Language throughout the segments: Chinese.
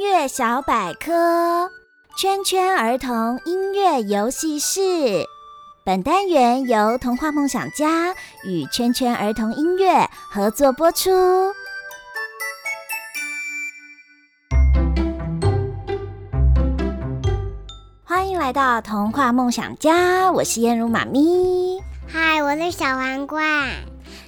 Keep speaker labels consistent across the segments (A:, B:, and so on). A: 乐小百科：圈圈儿童音乐游戏室。本单元由童话梦想家与圈圈儿童音乐合作播出。欢迎来到童话梦想家，我是燕如妈咪。
B: 嗨，我是小黄瓜。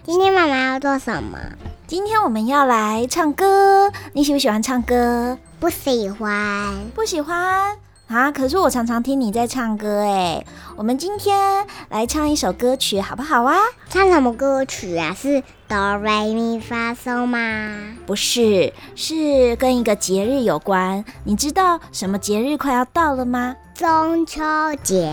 B: 今天妈妈要做什么？
A: 今天我们要来唱歌，你喜不喜欢唱歌？
B: 不喜欢。
A: 不喜欢啊？可是我常常听你在唱歌哎。我们今天来唱一首歌曲好不好啊？
B: 唱什么歌曲啊？是哆来咪发嗦吗？
A: 不是，是跟一个节日有关。你知道什么节日快要到了吗？
B: 中秋节。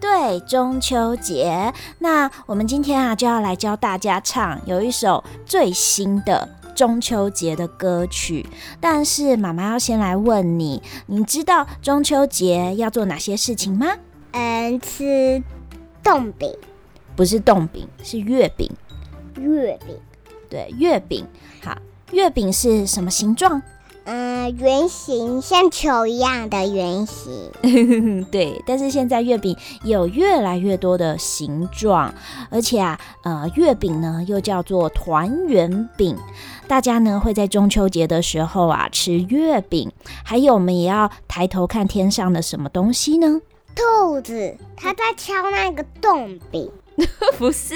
A: 对，中秋节。那我们今天啊，就要来教大家唱有一首最新的中秋节的歌曲。但是妈妈要先来问你，你知道中秋节要做哪些事情吗？
B: 嗯，吃冻饼、
A: 不是冻饼，是月饼。
B: 月饼。
A: 对，月饼。好，月饼是什么形状？
B: 嗯，圆形像球一样的圆形。
A: 对，但是现在月饼有越来越多的形状，而且啊，呃，月饼呢又叫做团圆饼，大家呢会在中秋节的时候啊吃月饼，还有我们也要抬头看天上的什么东西呢？
B: 兔子它在敲那个冻饼，
A: 不是，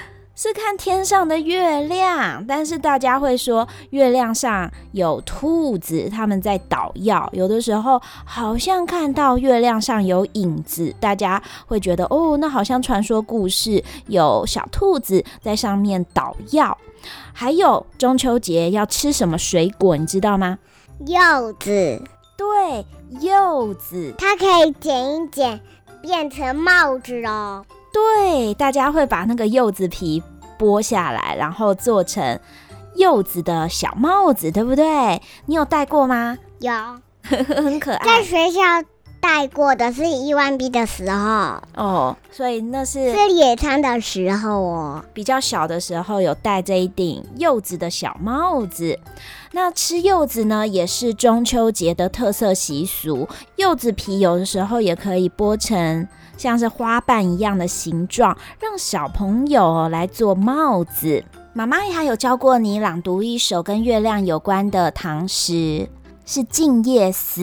A: 是看天上的月亮，但是大家会说月亮上有兔子，他们在捣药。有的时候好像看到月亮上有影子，大家会觉得哦，那好像传说故事有小兔子在上面捣药。还有中秋节要吃什么水果，你知道吗？
B: 柚子
A: 对，柚子。
B: 它可以剪一剪变成帽子哦。
A: 对，大家会把那个柚子皮剥下来，然后做成柚子的小帽子，对不对？你有戴过吗？
B: 有。
A: 很可
B: 在
A: 爱
B: 学校带过的是一万 B 的时候，
A: 哦，所以那是
B: 是野餐的时候哦。
A: 比较小的时候有戴这一顶柚子的小帽子。那吃柚子呢，也是中秋节的特色习俗。柚子皮有的时候也可以剥成像是花瓣一样的形状，让小朋友哦来做帽子。妈妈还有教过你朗读一首跟月亮有关的唐诗，是《静夜思》。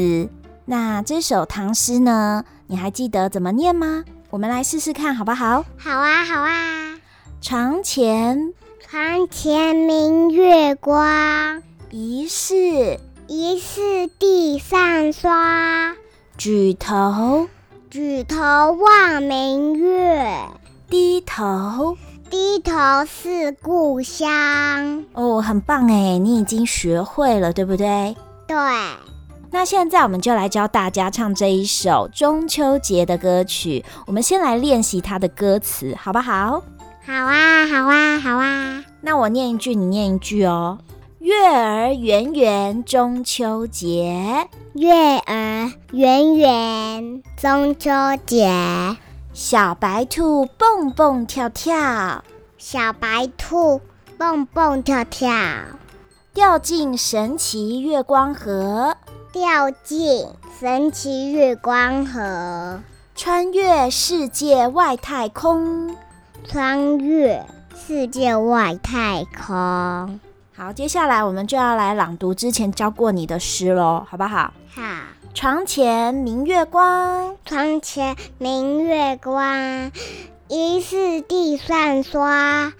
A: 那这首唐诗呢，你还记得怎么念吗？我们来试试看好不好？
B: 好啊，好啊。
A: 床前
B: 床前明月光，
A: 疑是
B: 疑是地上霜。
A: 举头
B: 举头望明月，
A: 低头。
B: 低头是故乡。
A: 哦，很棒哎，你已经学会了，对不对？
B: 对，
A: 那现在我们就来教大家唱这一首中秋节的歌曲。我们先来练习它的歌词，好不好？
B: 好啊，好啊，好啊。
A: 那我念一句，你念一句哦。月儿圆圆中秋节，
B: 月儿圆圆，中秋节。
A: 小白兔蹦蹦跳跳，
B: 小白兔蹦蹦跳跳，
A: 掉进神奇月光河，
B: 掉进神奇月光河，
A: 穿越世界外太空。
B: 穿越世界外太空。
A: 好，接下来我们就要来朗读之前教过你的诗喽，好不好？
B: 好，
A: 床前明月光，
B: 床前明月光，疑是地上霜。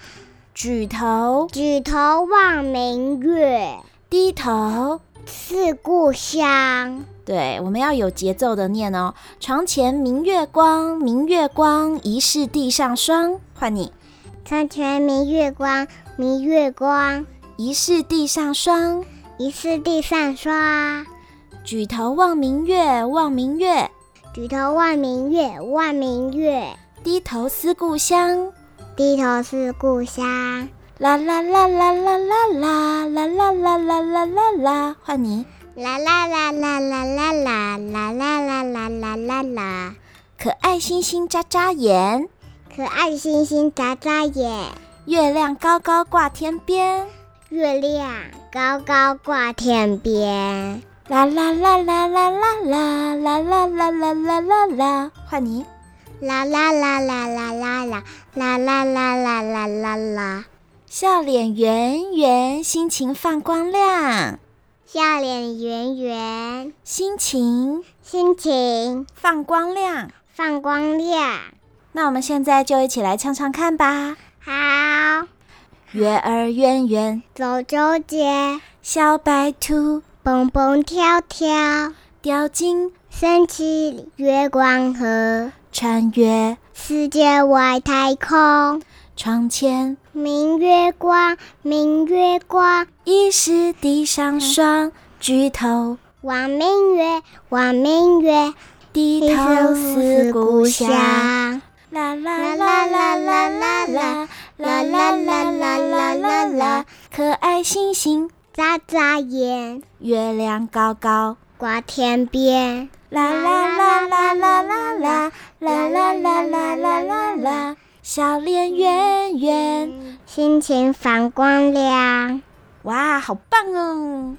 A: 举头
B: 举头望明月，
A: 低头。
B: 是故乡。
A: 对，我们要有节奏的念哦。床前明月光，明月光，疑是地上霜。换你，
B: 床前明月光，明月光，
A: 疑是地上霜，
B: 疑是地上霜。
A: 举头望明月，望明月，
B: 举头望明月，望明月。
A: 低头思故乡。
B: 低头是故乡。
A: 啦啦啦啦啦啦啦啦啦啦啦啦啦啦，换你。
B: 啦啦啦啦啦啦啦啦啦啦啦啦啦啦，
A: 可爱星星眨眨眼，
B: 可爱星星眨眨眼，
A: 月亮高高挂天边，
B: 月亮高高挂天边。
A: 啦啦啦啦啦啦啦啦啦啦啦啦啦啦，换你。
B: 啦啦啦啦啦啦啦啦啦啦啦啦啦啦，
A: 笑脸圆圆，心情放光亮，
B: 笑脸圆圆，
A: 心情
B: 心情
A: 放光亮。
B: 放光亮。
A: 那我们现在就一起来唱唱看吧。
B: 好，
A: 月儿圆圆，
B: 走周街，
A: 小白兔
B: 蹦蹦跳跳，
A: 掉进
B: 升起月光河，
A: 穿越
B: 世界外太空，
A: 窗前，
B: 明月光，明月光，
A: 一时地上霜，举头
B: 望明月，望明月，
A: 低头思故乡。啦啦啦
B: 啦啦
A: 啦
B: 啦
A: 啦
B: 啦
A: 啦啦
B: 啦啦
A: 啦啦啦啦啦啦啦，可爱星星，
B: 眨眨眼，
A: 月亮高高。
B: 挂天边，
A: 啦啦啦啦啦啦啦啦啦啦啦啦啦啦，小脸圆圆，
B: 心情放光亮。
A: 哇，好棒哦！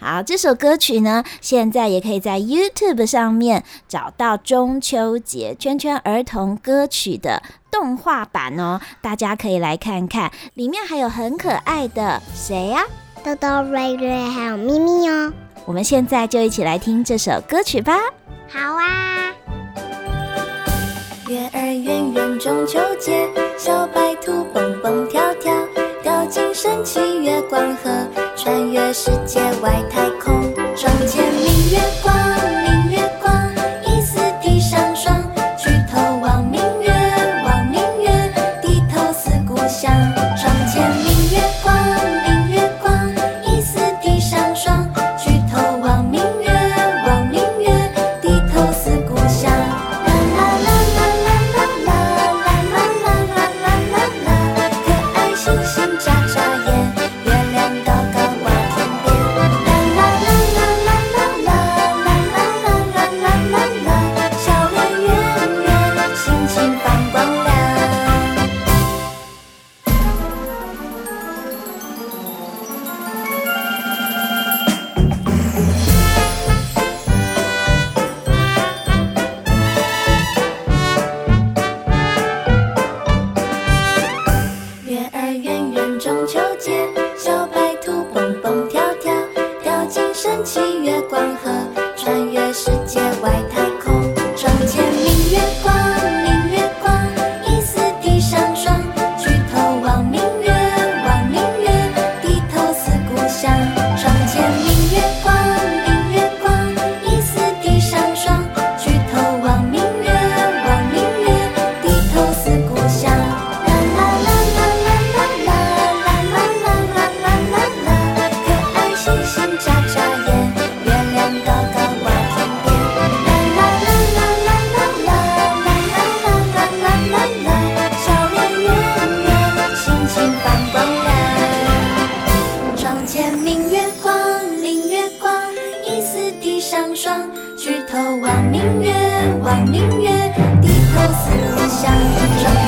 A: 好，这首歌曲呢，现在也可以在 YouTube 上面找到中秋节圈圈儿童歌曲的动画版哦，大家可以来看看，里面还有很可爱的谁呀、
B: 豆豆、瑞瑞还有咪咪哦。
A: 我们现在就一起来听这首歌曲吧。
B: 好啊，
C: 月儿圆圆中秋节，小白兔蹦蹦跳跳，掉进升起月光河，穿越世界外太空。窗前明月光，明月光，一丝地上霜。举头望明月，望明月，低头思故乡。窗前明月光，明月光，一丝地上霜。举头望明月，望明月，低头思故乡。啦啦啦啦啦啦啦啦啦啦啦啦啦啦，可爱星星眨眨眼，月亮高高挂天边。啦啦啦啦啦啦啦啦啦啦啦啦啦，小脸圆圆，心情放光亮。月儿圆圆中秋节，小白兔蹦蹦跳跳，掉进升起月光河，穿越世界外太空。窗前明月光，明月光，一丝地上霜。举头望明月，望明月，低头思故乡。窗前明月光，明月光，一丝地上霜。举头望明月，望明月，低头思故乡。啦啦啦啦啦啦啦啦啦啦啦啦啦啦，可爱星星眨眨眼，月亮高高挂天边。啦啦啦啦啦啦啦啦啦啦啦啦啦，小脸圆圆，心情放光亮。窗前明月光，明月光，一丝地上霜。举头望明月，望明月，低头思故乡。窗